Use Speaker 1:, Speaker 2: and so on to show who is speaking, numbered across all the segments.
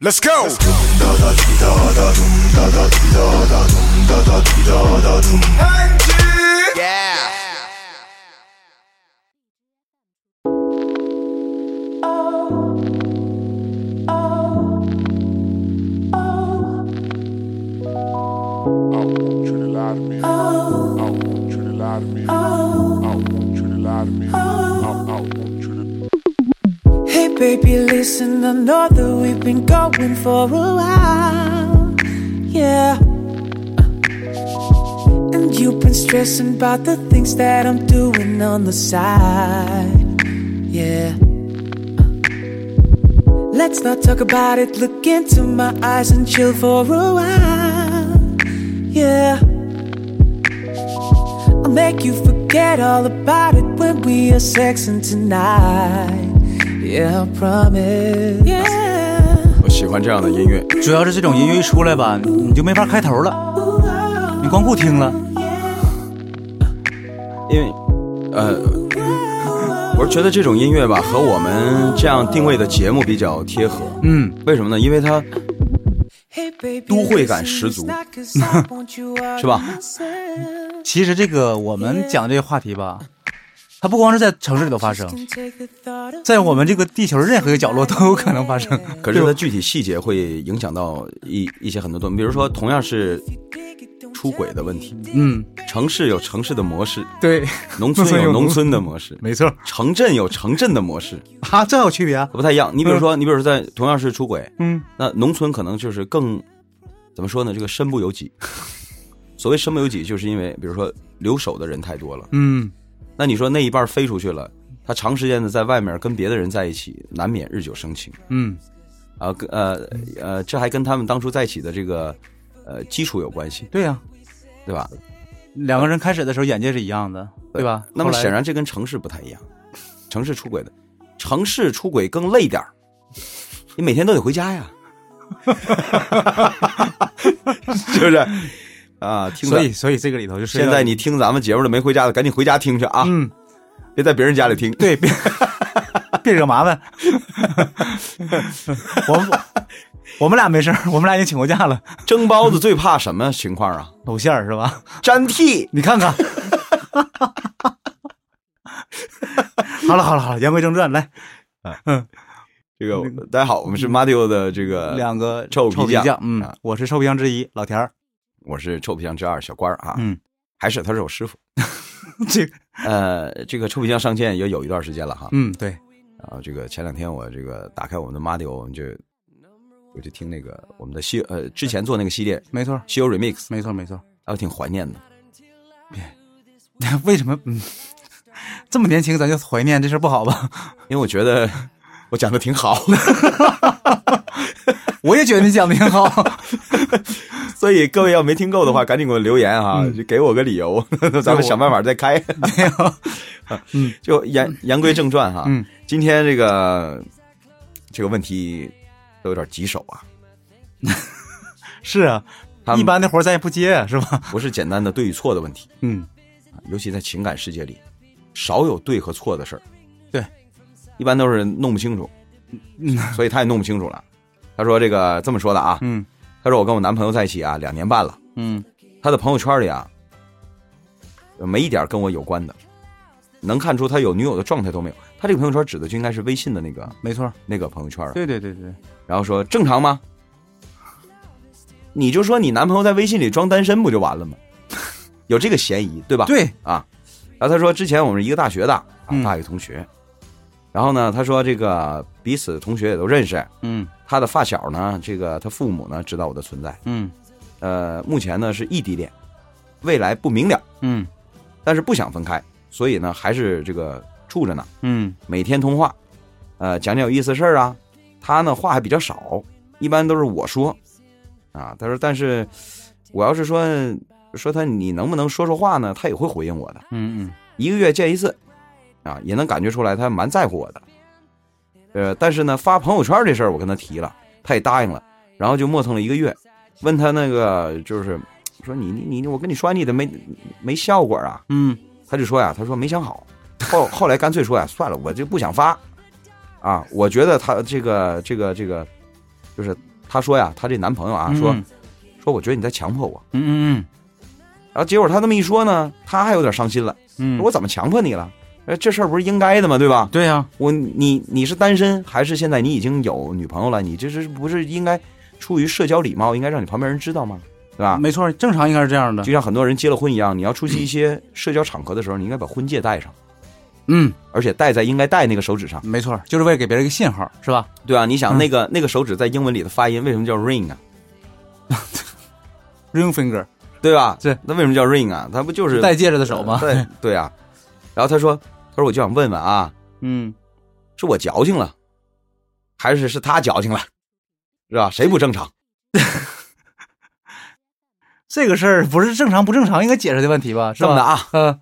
Speaker 1: Let's go.
Speaker 2: I want you to lie to me. I want you to lie to me. I want you to lie to me. I I want you to.
Speaker 3: Hey baby, listen, I know that we've been going for a while. Yeah. Uh. And you've been stressing about the things that I'm doing on the side. Yeah. Uh. Let's not talk about it. Look into my eyes and chill for a while. Yeah. I'll make you forget all about it when we are sexing tonight. Yeah, I promise. Yeah.
Speaker 4: 我喜欢这样的音乐。
Speaker 5: 主要是这种音乐一出来吧，你就没法开头了，你光顾听了。
Speaker 4: 因为，呃，我是觉得这种音乐吧，和我们这样定位的节目比较贴合。
Speaker 5: 嗯，
Speaker 4: 为什么呢？因为它
Speaker 3: Hey, baby,
Speaker 4: 都会感十足是吧？
Speaker 5: 其实这个我们讲这个话题吧，它不光是在城市里头发生，在我们这个地球任何一个角落都有可能发生。
Speaker 4: 可是它具体细节会影响到一一些很多东西，比如说同样是出轨的问题，
Speaker 5: 嗯，
Speaker 4: 城市有城市的模式，
Speaker 5: 对，
Speaker 4: 农村有农
Speaker 5: 农
Speaker 4: 村的模式，
Speaker 5: 没错
Speaker 4: 城镇有城镇的模式，
Speaker 5: 啊，这还有区别啊？
Speaker 4: 不太一样。你比如说，你比如说在同样是出轨，
Speaker 5: 嗯，
Speaker 4: 那农村可能就是更怎么说呢？这个身不由己。 所谓身不由己，就是因为比如说留守的人太多了，
Speaker 5: 嗯，
Speaker 4: 那你说那一半飞出去了，他长时间的在外面跟别的人在一起，难免日久生情
Speaker 5: 嗯，
Speaker 4: 啊，跟呃呃，这还跟他们当初在一起的这个呃基础有关系，
Speaker 5: 对呀、
Speaker 4: 对吧？
Speaker 5: 两个人开始的时候眼界是一样的，对吧？
Speaker 4: 那么
Speaker 5: 后来
Speaker 4: 显，然这跟城市不太一样，城市出轨的，城市出轨更累点儿，你每天都得回家呀， 是不是？啊，听咱
Speaker 5: 所以所以这个里头就是
Speaker 4: 现在
Speaker 5: 要
Speaker 4: 你听咱们节目的没回家的，赶紧回家听去啊，
Speaker 5: 嗯，
Speaker 4: 别在别人家里听。
Speaker 5: 对， 别别惹麻烦。 我们我们俩没事儿，我们俩已经请过假了。
Speaker 4: 蒸包子最怕什么情况啊？
Speaker 5: 露馅儿是吧？
Speaker 4: 粘屉。
Speaker 5: 你看 看。好了好了好了，言归正传，来
Speaker 4: 这个大家好，我们是 Mario 的这个
Speaker 5: 嗯两个
Speaker 4: 臭
Speaker 5: 皮
Speaker 4: 皮匠
Speaker 5: 嗯
Speaker 4: 啊，
Speaker 5: 我是臭皮匠之一老田儿，
Speaker 4: 我是臭皮匠之二小官儿啊，
Speaker 5: 嗯，
Speaker 4: 还是他是我师傅。
Speaker 5: 这个
Speaker 4: 呃，这个臭皮匠上线也有一段时间了哈，
Speaker 5: 嗯对，
Speaker 4: 然啊后这个前两天我这个打开我们的 Mario，我们就我就听那个我们的西呃之前做那个系列
Speaker 5: 没错
Speaker 4: 西游 Remix，
Speaker 5: 没错没错。
Speaker 4: 还挺怀念的。
Speaker 5: 为什么嗯这么年轻咱就怀念这事儿不好吧？
Speaker 4: 因为我觉得我讲的挺好，
Speaker 5: 我也觉得你讲的挺好，
Speaker 4: 所以各位要没听够的话，赶紧给我留言啊，就给我个理由，咱们想办法再 开。嗯，就言言归正传哈，
Speaker 5: 嗯，
Speaker 4: 今天这个这个问题都有点棘手啊，
Speaker 5: 是啊
Speaker 4: 他，们
Speaker 5: 一般的活儿咱也不接是吧？
Speaker 4: 不是简单的对与错的问题，
Speaker 5: 嗯，
Speaker 4: 尤其在情感世界里，少有对和错的事儿。
Speaker 5: 对，
Speaker 4: 一般都是弄不清楚，
Speaker 5: 嗯
Speaker 4: 所以他也弄不清楚了。他说这个这么说的啊，
Speaker 5: 嗯
Speaker 4: 他说我跟我男朋友在一起啊两年半了，
Speaker 5: 嗯
Speaker 4: 他的朋友圈里啊，没一点跟我有关的，能看出他有女友的状态都没有。他这个朋友圈指的就应该是微信的那个
Speaker 5: 没错儿，
Speaker 4: 那个朋友圈啊。
Speaker 5: 对对对对，
Speaker 4: 然后说正常吗？你就说你男朋友在微信里装单身不就完了吗？ 有这个嫌疑对吧？
Speaker 5: 对
Speaker 4: 啊。然后他说之前我们是一个大学的，啊、
Speaker 5: 嗯
Speaker 4: 大学同学。然后呢，他说这个彼此同学也都认识。
Speaker 5: 嗯
Speaker 4: 他的发小呢，这个他父母呢知道我的存在。
Speaker 5: 嗯
Speaker 4: 呃，目前呢是异地恋，未来不明了，
Speaker 5: 嗯
Speaker 4: 但是不想分开，所以呢还是这个处着呢，
Speaker 5: 嗯
Speaker 4: 每天通话，呃，讲讲有意思的事儿啊。他呢话还比较少，一般都是我说，啊，他说但是我要是说说他你能不能说说话呢，他也会回应我的，
Speaker 5: 嗯嗯，
Speaker 4: 一个月见一次，啊，也能感觉出来他蛮在乎我的，呃，但是呢发朋友圈这事儿我跟他提了，他也答应了，然后就磨蹭了一个月，问他那个就是说你你你我跟你说你的没没效果啊，
Speaker 5: 嗯，
Speaker 4: 他就说呀，他说没想好，后后来干脆说呀，算了，我就不想发，啊，我觉得她这个这个这个，就是她说呀，她这男朋友啊，说
Speaker 5: 嗯
Speaker 4: 说我觉得你在强迫我，
Speaker 5: 嗯嗯
Speaker 4: 然后结果她这么一说呢，她还有点伤心了，
Speaker 5: 嗯，
Speaker 4: 说我怎么强迫你了？呃，这事儿不是应该的吗？对吧？
Speaker 5: 对呀，
Speaker 4: 我你你是单身还是现在你已经有女朋友了？你这是不是应该出于社交礼貌，应该让你旁边人知道吗？对吧？
Speaker 5: 没错，正常应该是这样的。
Speaker 4: 就像很多人结了婚一样，你要出席一些社交场合的时候，你应该把婚戒戴上，
Speaker 5: 嗯，
Speaker 4: 而且戴在应该戴那个手指上，
Speaker 5: 没错，就是为了给别人一个信号，是吧？
Speaker 4: 对啊，你想
Speaker 5: 嗯
Speaker 4: 那个、那个手指在英文里的发音为什么叫 ring 啊？
Speaker 5: ring finger
Speaker 4: 对吧？
Speaker 5: 对，
Speaker 4: 那为什么叫 ring 啊？它不就是
Speaker 5: 戴戒指的手吗？
Speaker 4: 对对啊。然后他说，他说我就想问问啊，
Speaker 5: 嗯，
Speaker 4: 是我矫情了，还是是他矫情了，是吧？谁不正常？
Speaker 5: 这个事儿不是正常不正常应该解释的问题吧？是
Speaker 4: 这么的
Speaker 5: 吧？
Speaker 4: 啊，
Speaker 5: 嗯，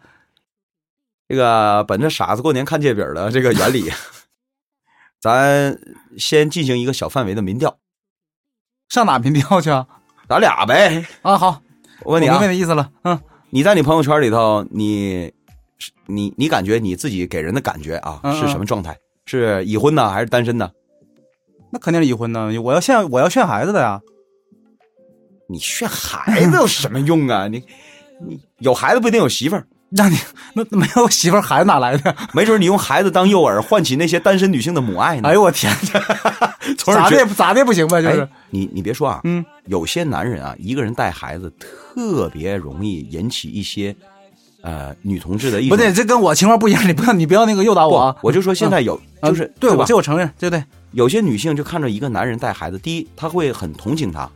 Speaker 4: 这个本着傻子过年看借饼儿的这个原 理，咱先进行一个小范围的民调，
Speaker 5: 上哪民调去啊？
Speaker 4: 咱俩 呗。
Speaker 5: 啊，好，
Speaker 4: 我
Speaker 5: 我
Speaker 4: 问你
Speaker 5: 明
Speaker 4: 啊
Speaker 5: 白，你意思了。嗯
Speaker 4: 你在你朋友圈里头，你是你你感觉你自己给人的感觉啊
Speaker 5: 嗯嗯
Speaker 4: 是什么状态？是已婚呢，还是单身呢？
Speaker 5: 那肯定是已婚呢，我要炫我要炫孩子的呀。
Speaker 4: 你炫孩子有什么用啊？你你有孩子不一定有媳妇儿，
Speaker 5: 那你那那没有媳妇儿孩子哪来的？
Speaker 4: 没准你用孩子当诱饵，唤起那些单身女性的母爱呢。
Speaker 5: 哎呦我天，
Speaker 4: 从而
Speaker 5: 咋的
Speaker 4: 觉
Speaker 5: 也咋的也不行呗，就是
Speaker 4: 哎，你你别说啊，
Speaker 5: 嗯，
Speaker 4: 有些男人啊，一个人带孩子特别容易引起一些呃女同志的一
Speaker 5: 不
Speaker 4: 种
Speaker 5: 对，这跟我情况不一样，你不要你不要那个诱导
Speaker 4: 不
Speaker 5: 我啊。
Speaker 4: 我就说现在有、
Speaker 5: 啊
Speaker 4: 就是
Speaker 5: 对
Speaker 4: 吧
Speaker 5: 我这我承认，对对，
Speaker 4: 有些女性就看着一个男人带孩子，第一，她会很同情他，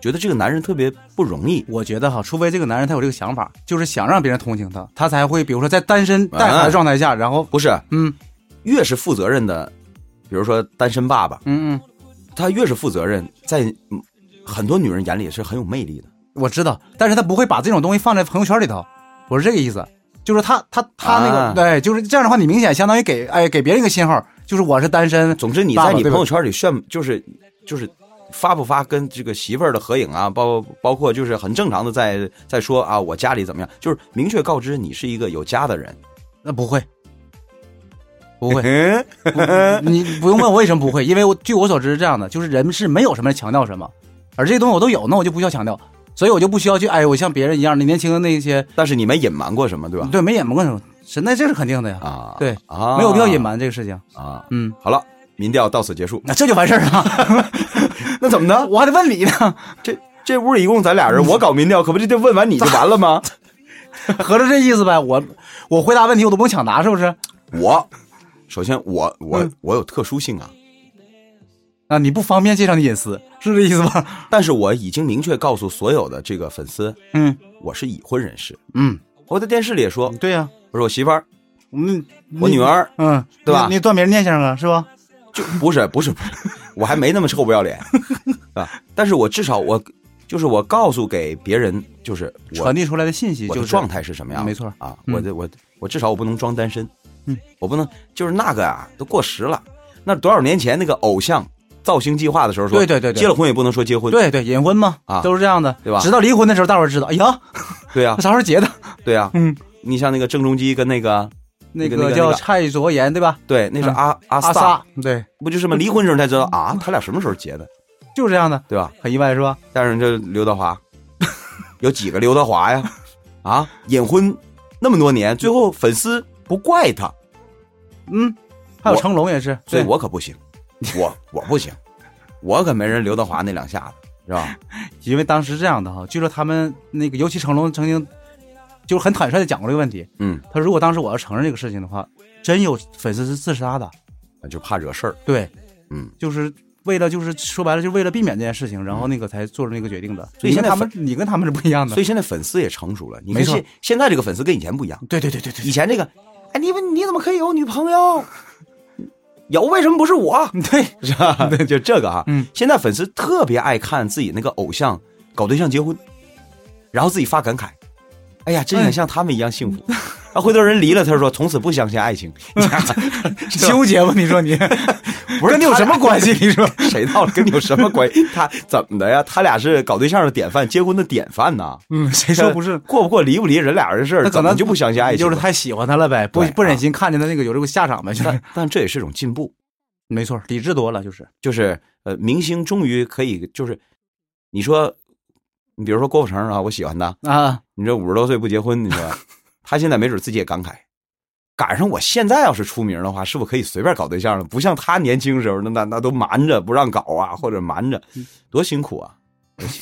Speaker 4: 觉得这个男人特别不容易。
Speaker 5: 我觉得哈，除非这个男人他有这个想法，就是想让别人同情他，他才会比如说在单身带孩子状态下，然后
Speaker 4: 不是，
Speaker 5: 嗯
Speaker 4: 越是负责任的，比如说单身爸爸，
Speaker 5: 嗯嗯，
Speaker 4: 他越是负责任，在嗯很多女人眼里是很有魅力的。
Speaker 5: 我知道，但是他不会把这种东西放在朋友圈里头，我是这个意思，就是他他他那个、
Speaker 4: 啊
Speaker 5: 对，就是这样的话，你明显相当于给哎给别人一个信号，就是我是单身，
Speaker 4: 总之，你
Speaker 5: 爸
Speaker 4: 在
Speaker 5: 爸
Speaker 4: 你
Speaker 5: 对
Speaker 4: 朋
Speaker 5: 吧
Speaker 4: 友圈里炫，就是就是发不发跟这个媳妇儿的合影啊，包包括就是很正常的在在说啊，我家里怎么样，就是明确告知你是一个有家的人。
Speaker 5: 那不会。不会，
Speaker 4: 嗯，
Speaker 5: 不你不用问我为什么不会，因为我据我所知是这样的，就是人是没有什么强调什么，而这些东西我都有，那我就不需要强调，所以我就不需要去哎，我像别人一样，你年轻的那些
Speaker 4: 但是你没隐瞒过什么，对吧？
Speaker 5: 对，没隐瞒过什么，是那这是肯定的呀，
Speaker 4: 啊，
Speaker 5: 对
Speaker 4: 啊，
Speaker 5: 没有必要隐瞒这个事情。
Speaker 4: 啊。
Speaker 5: 嗯，
Speaker 4: 好了，民调到此结束。
Speaker 5: 那这就完事儿了。
Speaker 4: 那怎么的？
Speaker 5: 我还得问你呢，
Speaker 4: 这这屋一共咱俩人，我搞民调，可不就就问完你就完了吗？
Speaker 5: 合着这意思呗？我我回答问题我都不用抢答，是不是？
Speaker 4: 我首先我我
Speaker 5: 嗯
Speaker 4: 我有特殊性啊，
Speaker 5: 啊，你不方便介绍你隐私，是这意思吧？
Speaker 4: 但是我已经明确告诉所有的这个粉丝，
Speaker 5: 嗯
Speaker 4: 我是已婚人士。
Speaker 5: 嗯，
Speaker 4: 我在电视里也说，
Speaker 5: 对呀、
Speaker 4: 我说我媳妇儿，
Speaker 5: 我们
Speaker 4: 我女，儿
Speaker 5: 嗯，
Speaker 4: 对吧
Speaker 5: 你你断别人念想啊了是吧？
Speaker 4: 就不是不是， 不是我还没那么臭不要脸啊！但是我至少我就是我告诉给别人，就是我
Speaker 5: 传递出来的信息
Speaker 4: 我
Speaker 5: 就
Speaker 4: 的
Speaker 5: 是
Speaker 4: 状态是什么样的，
Speaker 5: 没错
Speaker 4: 啊！
Speaker 5: 嗯
Speaker 4: 我的我我至少我不能装单身，
Speaker 5: 嗯，
Speaker 4: 我不能就是那个啊，都过时了。那多少年前那个偶像造星计划的时候说，
Speaker 5: 对对对对
Speaker 4: 结了婚也不能说结婚，
Speaker 5: 对对，隐婚嘛，
Speaker 4: 啊
Speaker 5: 都是这样的，
Speaker 4: 对吧
Speaker 5: 直到离婚的时候，大伙儿知道，哎呀，
Speaker 4: 对 啊
Speaker 5: 啥时候结的？
Speaker 4: 对啊，
Speaker 5: 嗯，
Speaker 4: 你像那个郑中基跟那个
Speaker 5: 那
Speaker 4: 那个那
Speaker 5: 个
Speaker 4: 个
Speaker 5: 叫蔡卓妍，对吧？
Speaker 4: 对，那是
Speaker 5: 嗯
Speaker 4: 阿、阿
Speaker 5: 阿
Speaker 4: 萨，
Speaker 5: 萨，对，
Speaker 4: 不就是吗？离婚时候才知道啊，他俩什么时候结的，
Speaker 5: 就是这样的，
Speaker 4: 对吧？
Speaker 5: 很意外是吧？
Speaker 4: 但是这刘德华，有几个刘德华呀？啊，隐婚那么多年，最后粉丝不怪他，
Speaker 5: 嗯，还有
Speaker 4: 我
Speaker 5: 成龙也是，
Speaker 4: 所以
Speaker 5: 对
Speaker 4: 我可不行，我我不行，我可没人刘德华那两下子，是吧？
Speaker 5: 因为当时这样的哈，据说他们那个，尤其成龙曾经就是很坦率的讲过这个问题。
Speaker 4: 嗯，
Speaker 5: 他说如果当时我要承认这个事情的话，真有粉丝是自杀的。
Speaker 4: 就怕惹事儿。
Speaker 5: 对，
Speaker 4: 嗯，
Speaker 5: 就是为了就是说白了，就是为了避免这件事情，然后那个才做出那个决定的。
Speaker 4: 嗯所以
Speaker 5: 你跟
Speaker 4: 现在
Speaker 5: 他们，你跟他们是不一样的
Speaker 4: 所。以现在粉丝也成熟了，你看
Speaker 5: 没错
Speaker 4: 现现在这个粉丝跟以前不一样，
Speaker 5: 对对对对对
Speaker 4: 以前这个，哎，你们你怎么可以有女朋友？有为什么不是我？
Speaker 5: 对，
Speaker 4: 是吧？对，就这个啊。
Speaker 5: 嗯，
Speaker 4: 现在粉丝特别爱看自己那个偶像搞对象结婚，然后自己发感慨：“哎呀，真想像他们一样幸福。啊，回头人离了，他说从此不相信爱 情。
Speaker 5: 纠结吧？你说你
Speaker 4: 不
Speaker 5: 跟你有什么 关系？你说
Speaker 4: 谁到了跟你有什么 关系？他怎么的呀？他俩是搞对象的典范，结婚的典范呐。
Speaker 5: 嗯，谁说不是？
Speaker 4: 过不过离不离人俩人事儿，
Speaker 5: 那可
Speaker 4: 怎么
Speaker 5: 能
Speaker 4: 就不相信爱
Speaker 5: 你
Speaker 4: 情
Speaker 5: 就
Speaker 4: 了？
Speaker 5: 是太喜欢他了呗，不
Speaker 4: 对啊嗯
Speaker 5: 不忍心看见他那个有这个下场呗，就是
Speaker 4: 但但这也是一种进步。
Speaker 5: 没错，理智多了就是。
Speaker 4: 就是呃，明星终于可以就是，你说，你比如说郭富城啊，我喜欢他，
Speaker 5: 啊，
Speaker 4: 你这五十多岁不结婚，你说 他现在没准自己也感慨，赶上我现在要是出名的话，是不是可以随便搞对象了？不像他年轻时候那那那都瞒着不让搞啊，或者瞒着，
Speaker 5: 嗯
Speaker 4: 多辛苦啊！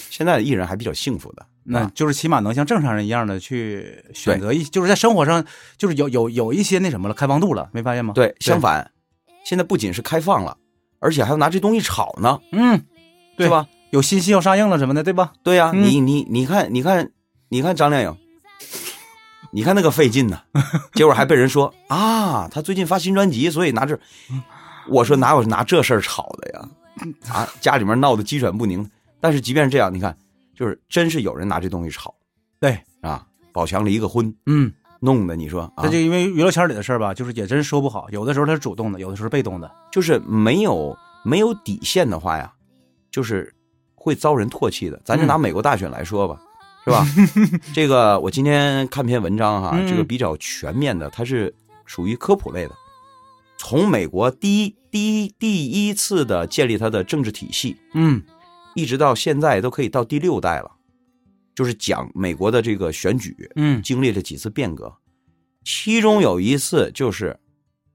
Speaker 4: 现在艺人还比较幸福的，
Speaker 5: 那
Speaker 4: 啊
Speaker 5: 就是起码能像正常人一样的去选择一，就是在生活上就是有有有一些那什么了，开放度了，没发现吗？
Speaker 4: 对，相，反，现在不仅是开放了，而且还要拿这东西炒呢，
Speaker 5: 嗯，对
Speaker 4: 是吧？
Speaker 5: 有新戏要上映了什么的，对吧？
Speaker 4: 对呀、
Speaker 5: 嗯
Speaker 4: 你你你看，你看，你看张靓颖，你看那个费劲 呐、结果还被人说啊，她最近发新专辑，所以拿这，
Speaker 5: 嗯
Speaker 4: 我说哪有拿这事儿吵的呀？啊，家里面闹得鸡犬不宁。但是即便是这样，你看，就是真是有人拿这东西吵
Speaker 5: 对，
Speaker 4: 啊。宝强离个婚，
Speaker 5: 嗯，
Speaker 4: 弄的你说啊
Speaker 5: 那，就因为娱乐圈里的事儿吧，就是也真说不好，有的时候他是主动的，有的时候是被动的，
Speaker 4: 就是没有没有底线的话呀，就是会遭人唾弃的。咱就拿美国大选来说吧，是吧？这个我今天看篇文章哈，
Speaker 5: 嗯
Speaker 4: 这个比较全面的，它是属于科普类的。从美国第一第一第一次的建立它的政治体系，
Speaker 5: 嗯
Speaker 4: 一直到现在都可以到第六代了，就是讲美国的这个选举，
Speaker 5: 嗯
Speaker 4: 经历了几次变革，其中有一次就是，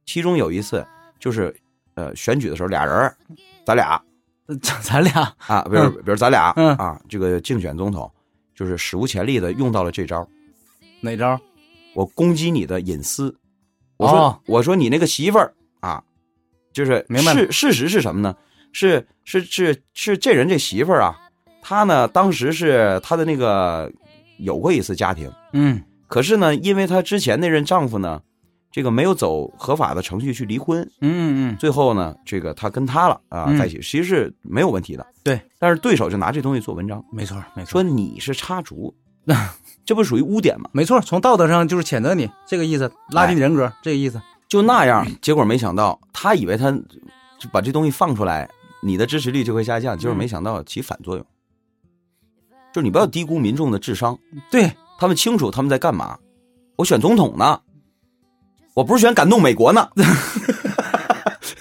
Speaker 4: 其中有一次就是，呃，选举的时候俩人儿，咱俩
Speaker 5: 咱 咱俩，
Speaker 4: 啊，比如比如咱俩、
Speaker 5: 嗯
Speaker 4: 啊，这个竞选总统，就是史无前例的用到了这招，
Speaker 5: 哪招？
Speaker 4: 我攻击你的隐私，我说、
Speaker 5: 哦
Speaker 4: 我说你那个媳妇儿啊，就是
Speaker 5: 明白了
Speaker 4: 事事实是什么呢？是是是是这人这媳妇儿啊，她呢当时是她的那个有过一次家庭。
Speaker 5: 嗯
Speaker 4: 可是呢，因为她之前那任丈夫呢，这个没有走合法的程序去离婚，
Speaker 5: 嗯嗯
Speaker 4: 最后呢，这个她跟他了啊、
Speaker 5: 嗯
Speaker 4: 在一起，其实是没有问题的。
Speaker 5: 对，
Speaker 4: 但是对手就拿这东西做文章，
Speaker 5: 嗯，没错没错
Speaker 4: 说你是插足，这不属于污点吗？
Speaker 5: 没错，从道德上就是谴责你这个意思，拉低你人格、这个意思，
Speaker 4: 就那样，结果没想到，他以为他就把这东西放出来，你的支持率就会下降，结果没想到起反作用。就是你不要低估民众的智商，
Speaker 5: 对，
Speaker 4: 他们清楚他们在干嘛。我选总统呢，我不是选感动美国呢。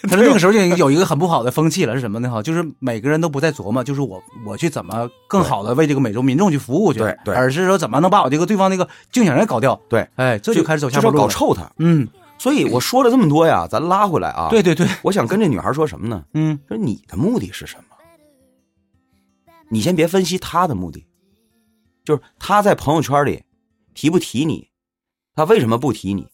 Speaker 5: 但是那个时候就已经有一个很不好的风气了，是什么呢？哈，就是每个人都不再琢磨，就是我我去怎么更好的为这个美洲民众去服务去，
Speaker 4: 对对
Speaker 5: 而是说怎么能把我这个对方那个竞选人搞掉，
Speaker 4: 对，
Speaker 5: 哎，这就开始走下
Speaker 4: 就
Speaker 5: 坡
Speaker 4: 是
Speaker 5: 路
Speaker 4: 搞
Speaker 5: 了。
Speaker 4: 臭他。
Speaker 5: 嗯，
Speaker 4: 所以我说了这么多呀，咱拉回来啊。
Speaker 5: 对，对对，
Speaker 4: 我想跟这女孩说什么呢？
Speaker 5: 嗯
Speaker 4: 说你的目的是什么？你先别分析她的目的，就是她在朋友圈里提不提你，她为什么不提你？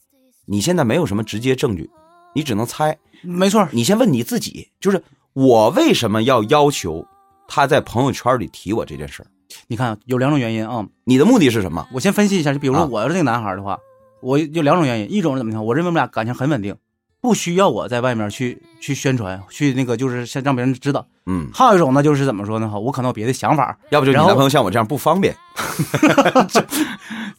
Speaker 4: 你现在没有什么直接证据，你只能猜。
Speaker 5: 没错，
Speaker 4: 你先问你自己，就是我为什么要要求她在朋友圈里提我这件事儿？
Speaker 5: 你看有两种原因啊，
Speaker 4: 你的目的是什么？
Speaker 5: 我先分析一下，就比如说
Speaker 4: 啊
Speaker 5: 我要是那个男孩的话，我有两种原因，一种是怎么样？我认为我们俩感情很稳定，不需要我在外面去去宣传，去那个就是先让别人知道；
Speaker 4: 嗯，
Speaker 5: 还有一种呢，就是怎么说呢？哈，我可能有别的想法，
Speaker 4: 要不就是
Speaker 5: 然
Speaker 4: 你
Speaker 5: 后
Speaker 4: 男朋友像我这样不方便。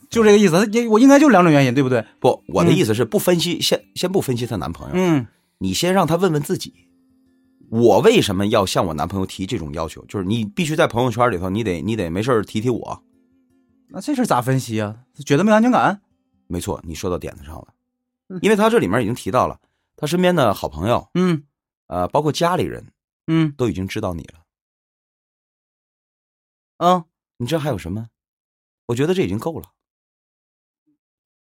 Speaker 5: 就这个意思。
Speaker 4: 嗯
Speaker 5: 应我应该就两种原因，对不对？
Speaker 4: 不，我的
Speaker 5: 嗯
Speaker 4: 意思是不分析，先先不分析她男朋友，
Speaker 5: 嗯。
Speaker 4: 你先让她问问自己，我为什么要向我男朋友提这种要求？就是你必须在朋友圈里头，你得你得没事儿提提我。
Speaker 5: 那这事儿咋分析啊？觉得没安全感？
Speaker 4: 没错，你说到点子上了，因为她这里面已经提到了，她身边的好朋友，
Speaker 5: 嗯
Speaker 4: 呃，包括家里人
Speaker 5: 嗯
Speaker 4: 都已经知道你了，
Speaker 5: 啊！
Speaker 4: 你这还有什么？我觉得这已经够了。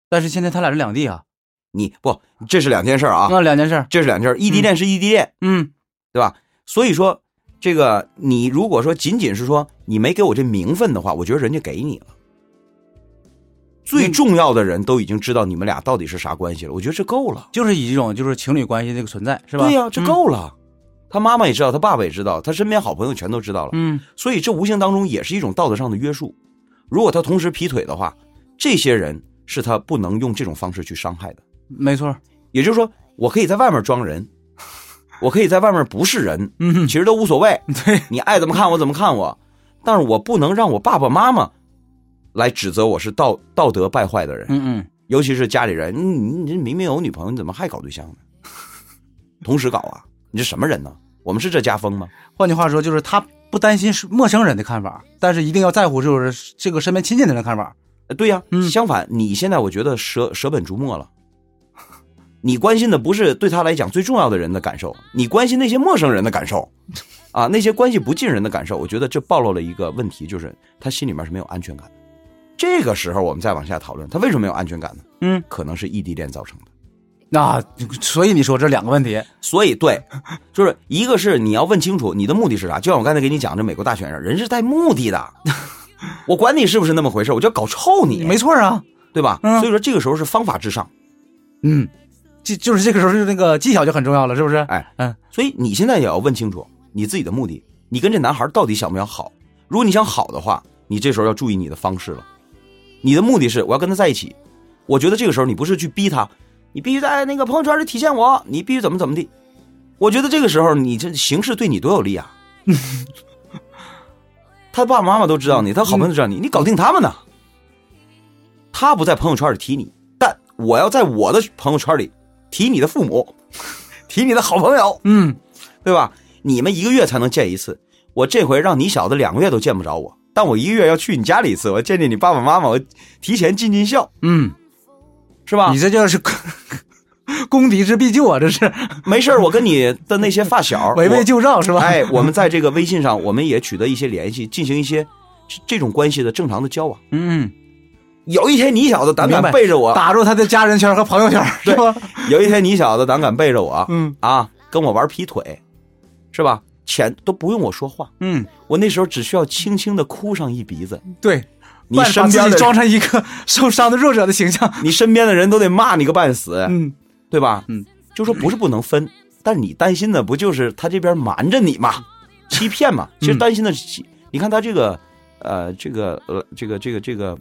Speaker 5: 但是现在他俩是两地啊，
Speaker 4: 你不，这是两件事儿啊，
Speaker 5: 那两件事儿。
Speaker 4: 这是两件事儿，异地恋是异地恋，
Speaker 5: 嗯，
Speaker 4: 对吧？所以说，这个你如果说仅仅是说你没给我这名分的话，我觉得人家给你了。最重要的人都已经知道你们俩到底是啥关系了，我觉得这够了，
Speaker 5: 就是以一种就是情侣关系这个存在，是吧？
Speaker 4: 对呀、这
Speaker 5: 嗯。
Speaker 4: 够了。他妈妈也知道，他爸爸也知道，他身边好朋友全都知道了，
Speaker 5: 嗯，
Speaker 4: 所以这无形当中也是一种道德上的约束。如果他同时劈腿的话，这些人是他不能用这种方式去伤害的。
Speaker 5: 没错。
Speaker 4: 也就是说，我可以在外面装 人，我可以在外面不是人，
Speaker 5: 嗯
Speaker 4: 其实都无所谓。
Speaker 5: 对，
Speaker 4: 你爱怎么看我怎么看我，但是我不能让我爸爸妈妈来指责我是道道德败坏的人，
Speaker 5: 嗯嗯，
Speaker 4: 尤其是家里人。你你你这明明有女朋友，你怎么还搞对 象呢？同时搞啊？你这什么人呢？我们是这家风吗？
Speaker 5: 换句话说，就是他不担心是陌生人的看法，但是一定要在乎就是这个身边亲近的人的看法。
Speaker 4: 呃对呀、
Speaker 5: 嗯
Speaker 4: 相反，你现在我觉得舍舍本逐末了，你关心的不是对他来讲最重要的人的感受，你关心那些陌生人的感受，啊，那些关系不近人的感受。我觉得这暴露了一个问题，就是他心里面是没有安全感的。这个时候我们再往下讨论，他为什么没有安全感呢？
Speaker 5: 嗯，
Speaker 4: 可能是异地恋造成的。
Speaker 5: 那、所以你说这两个问题，
Speaker 4: 所以对，就是一个是你要问清楚你的目的是啥，就像我刚才给你讲这美国大选上，人是带目的的， 我管你是不是那么回事，我就要搞臭你，
Speaker 5: 没错啊，
Speaker 4: 对吧？
Speaker 5: 嗯
Speaker 4: 所以说这个时候是方法至上。
Speaker 5: 嗯，就就是这个时候就那个技巧就很重要了，是不是？
Speaker 4: 哎，
Speaker 5: 嗯，
Speaker 4: 所以你现在也要问清楚你自己的目的，你跟这男孩到底想不想好？如果你想好的话，你这时候要注意你的方式了。你的目的是我要跟他在一起，我觉得这个时候你不是去逼他，你必须在那个朋友圈里体现我，你必须怎么怎么地。我觉得这个时候你这形式对你多有利啊！ 他爸爸妈妈都知道你，他好朋友都知道你，你搞定他们呢。他不在朋友圈里提你，但我要在我的朋友圈里提你的父母， 提你的好朋友。
Speaker 5: 嗯，
Speaker 4: 对吧？你们一个月才能见一次，我这回让你小子两个月都见不着我，但我一个月要去你家里一次，我见见你爸爸妈妈，我提前尽尽孝，
Speaker 5: 嗯，
Speaker 4: 是吧
Speaker 5: 你？这就是攻攻敌之必救啊，这是
Speaker 4: 没事儿我跟你的那些发 小
Speaker 5: 围魏救赵是
Speaker 4: 我
Speaker 5: 吧？
Speaker 4: 哎，我们在这个微信上，我们也取得一些联系，进行一些这这种关系的正常的交往。
Speaker 5: 嗯，
Speaker 4: 有一天你小子胆敢
Speaker 5: 明白
Speaker 4: 背着我，
Speaker 5: 打入他的家人圈和朋友圈是吧？
Speaker 4: 有一天你小子胆敢背着我，
Speaker 5: 嗯
Speaker 4: 啊，跟我玩劈腿，是吧？钱都不用我说话，
Speaker 5: 嗯，
Speaker 4: 我那时候只需要轻轻的哭上一鼻子，
Speaker 5: 对，
Speaker 4: 你
Speaker 5: 办法
Speaker 4: 身
Speaker 5: 自
Speaker 4: 边
Speaker 5: 己
Speaker 4: 的哎
Speaker 5: 装成一个受伤的弱者的形象，
Speaker 4: 你身边的人都得骂你个半死，
Speaker 5: 嗯，
Speaker 4: 对吧？
Speaker 5: 嗯，
Speaker 4: 就说不是不能分，但是你担心的不就是他这边瞒着你嘛，欺骗嘛？
Speaker 5: 嗯
Speaker 4: 其实担心的是欺，你看他这个，呃，这个呃，这个这个这个，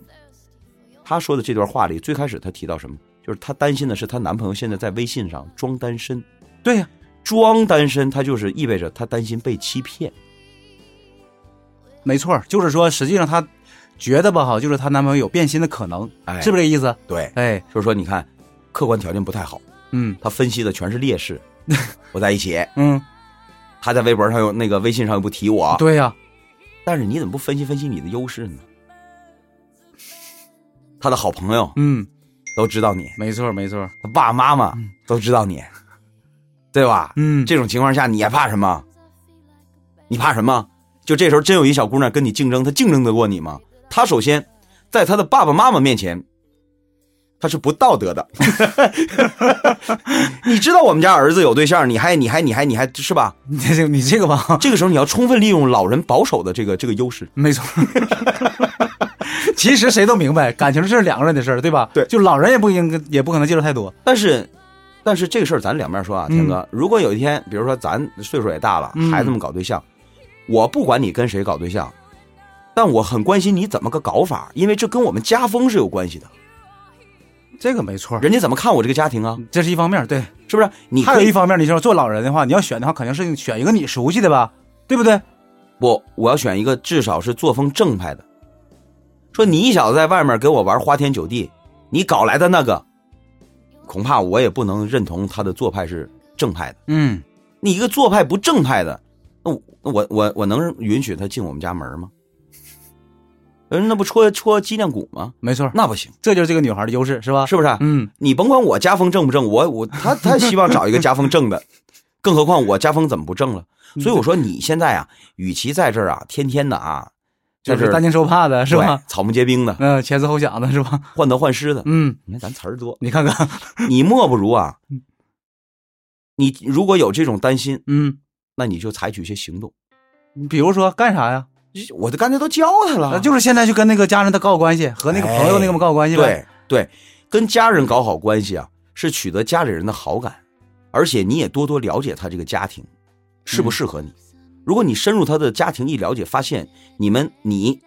Speaker 4: 他说的这段话里，最开始他提到什么？就是她担心的是她男朋友现在在微信上装单身，
Speaker 5: 对呀、
Speaker 4: 装单身，他就是意味着他担心被欺骗。
Speaker 5: 没错，就是说，实际上她觉得吧，哈，就是她男朋友有变心的可能，
Speaker 4: 哎
Speaker 5: 是不是这个意思？
Speaker 4: 对，
Speaker 5: 哎，
Speaker 4: 就是说你看，客观条件不太好，
Speaker 5: 嗯
Speaker 4: 他分析的全是劣 势。我在一起，
Speaker 5: 嗯，
Speaker 4: 他在微博上又那个微信上又不提我，
Speaker 5: 对呀、
Speaker 4: 但是你怎么不分析分析你的优势呢？他的好朋友
Speaker 5: 嗯，
Speaker 4: 都知道你，
Speaker 5: 没错没错，
Speaker 4: 他爸妈妈都知道你，对吧？
Speaker 5: 嗯，
Speaker 4: 这种情况下你还怕什么？你怕什么？就这时候真有一小姑娘跟你竞争，她竞争得过你吗？她首先在她的爸爸妈妈面前，她是不道 德的。你知道我们家儿子有对象，你还你还你还你还是吧？
Speaker 5: 你这你这个吧，哈
Speaker 4: 这个时候你要充分利用老人保守的这个这个优势。
Speaker 5: 没错。 其实谁都明白，感情是两个人的事儿，对吧？
Speaker 4: 对
Speaker 5: 就老人也不应该，也不可能介入太多。
Speaker 4: 但是，但是这个事儿咱两面说啊，
Speaker 5: 嗯
Speaker 4: 天哥，如果有一天，比如说咱岁数也大了，
Speaker 5: 嗯
Speaker 4: 孩子们搞对象，我不管你跟谁搞对象，但我很关心你怎么个搞法，因为这跟我们家风是有关系的，
Speaker 5: 这个没错，
Speaker 4: 人家怎么看我这个家庭啊，
Speaker 5: 这是一方面，对。
Speaker 4: 是不是？你
Speaker 5: 嗯还
Speaker 4: 可
Speaker 5: 有
Speaker 4: 以
Speaker 5: 一方面，你说做老人的话，你要选的话，肯定是选一个你熟悉的吧，对不对？
Speaker 4: 不，我要选一个至少是作风正派的。说你小子在外面给我玩花天酒地，你搞来的那个，恐怕我也不能认同他的做派是正派的。
Speaker 5: 嗯，
Speaker 4: 你一个做派不正派的，那我那我我我能允许他进我们家门吗？人那不戳戳脊梁骨吗？
Speaker 5: 没错，
Speaker 4: 那不行，
Speaker 5: 这就是这个女孩的优势，是吧？
Speaker 4: 是不是？
Speaker 5: 嗯，
Speaker 4: 你甭管我家风正不正，我我他他希望找一个家风正的， 更何况我家风怎么不正了？所以我说你现在啊，与其在这儿啊，天天的啊，在
Speaker 5: 就
Speaker 4: 这
Speaker 5: 是
Speaker 4: 儿
Speaker 5: 担惊受怕的，是吧
Speaker 4: 对？草木皆兵的，
Speaker 5: 嗯、前思后想的是吧？
Speaker 4: 患得患失的。
Speaker 5: 嗯，
Speaker 4: 你看咱词儿多，
Speaker 5: 你看看，
Speaker 4: 你莫不如啊，你如果有这种担心，
Speaker 5: 嗯，
Speaker 4: 那你就采取一些行动。
Speaker 5: 比如说干啥呀？
Speaker 4: 我都刚才都教他了，
Speaker 5: 呃就是现在去跟那个家人他搞好关系，和那个
Speaker 4: 哎
Speaker 5: 朋友那个搞好关系呗。
Speaker 4: 对对，跟家人搞好关系啊，是取得家里人的好感，而且你也多多了解他这个家庭适不适合你。
Speaker 5: 嗯
Speaker 4: 如果你深入他的家庭一了解，发现你们你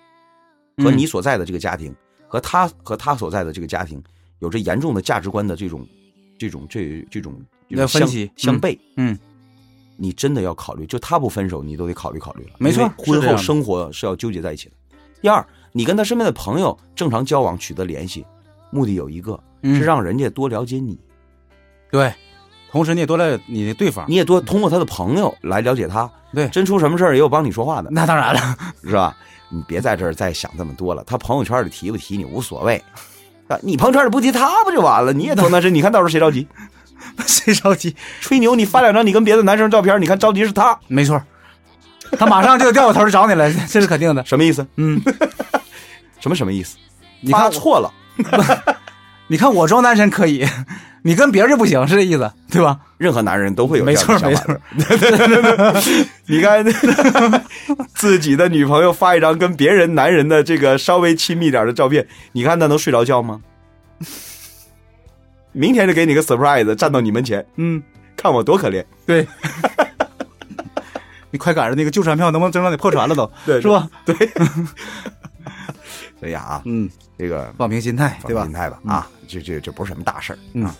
Speaker 4: 和
Speaker 5: 嗯
Speaker 4: 你所在的这个家庭、和他和他所在的这个家庭有着严重的价值观的这种这种这这种这种
Speaker 5: 那分
Speaker 4: 相
Speaker 5: 歧
Speaker 4: 相
Speaker 5: 嗯
Speaker 4: 悖，
Speaker 5: 嗯，
Speaker 4: 你真的要考虑，就他不分手，你都得考虑考虑了。
Speaker 5: 没错
Speaker 4: 因为
Speaker 5: 是这
Speaker 4: 婚
Speaker 5: 样
Speaker 4: 后
Speaker 5: 的
Speaker 4: 生活是要纠结在一起的。第二，你跟他身边的朋友正常交往、取得联系，目的有一个，
Speaker 5: 嗯
Speaker 4: 是让人家多了解你，
Speaker 5: 对，同时你也多了解你的对方。
Speaker 4: 你也多通过他的朋友来了解他。
Speaker 5: 对
Speaker 4: 真出什么事儿也有帮你说话的，
Speaker 5: 那当然了，
Speaker 4: 是吧？你别在这儿再想这么多了。他朋友圈里提不提你无所谓，啊，你朋友圈里不提他不就完了？你也多单身，你看到时候谁着急？
Speaker 5: 谁着急？
Speaker 4: 吹牛，你发两张你跟别的男生照片，你看着急是他，
Speaker 5: 没错，他马上就掉过头找你来，这是肯定的。
Speaker 4: 什么意思？
Speaker 5: 嗯，
Speaker 4: 什么什么意思？
Speaker 5: 你
Speaker 4: 发
Speaker 5: 看我，
Speaker 4: 错了，
Speaker 5: 你看我装单身可以，你跟别人就不行，是这意思对吧？
Speaker 4: 任何男人都会有这
Speaker 5: 没
Speaker 4: 样
Speaker 5: 错
Speaker 4: 的想
Speaker 5: 没
Speaker 4: 法
Speaker 5: 错
Speaker 4: 的。， 你看自己的女朋友发一张跟别人男人的这个稍微亲密点的照片，你看他能睡着觉吗？ 明天就给你个 surprise，站到你门前，
Speaker 5: 嗯，
Speaker 4: 看我多可怜。
Speaker 5: 对。 你快赶上那个旧船票，能不能真让你破船了都？
Speaker 4: 对
Speaker 5: 是吧？
Speaker 4: 所以啊，
Speaker 5: 嗯，
Speaker 4: 这个
Speaker 5: 放平心态，对
Speaker 4: 放啊
Speaker 5: 吧
Speaker 4: 心？态吧，啊，这这这不是什么大事儿
Speaker 5: 嗯
Speaker 4: 啊。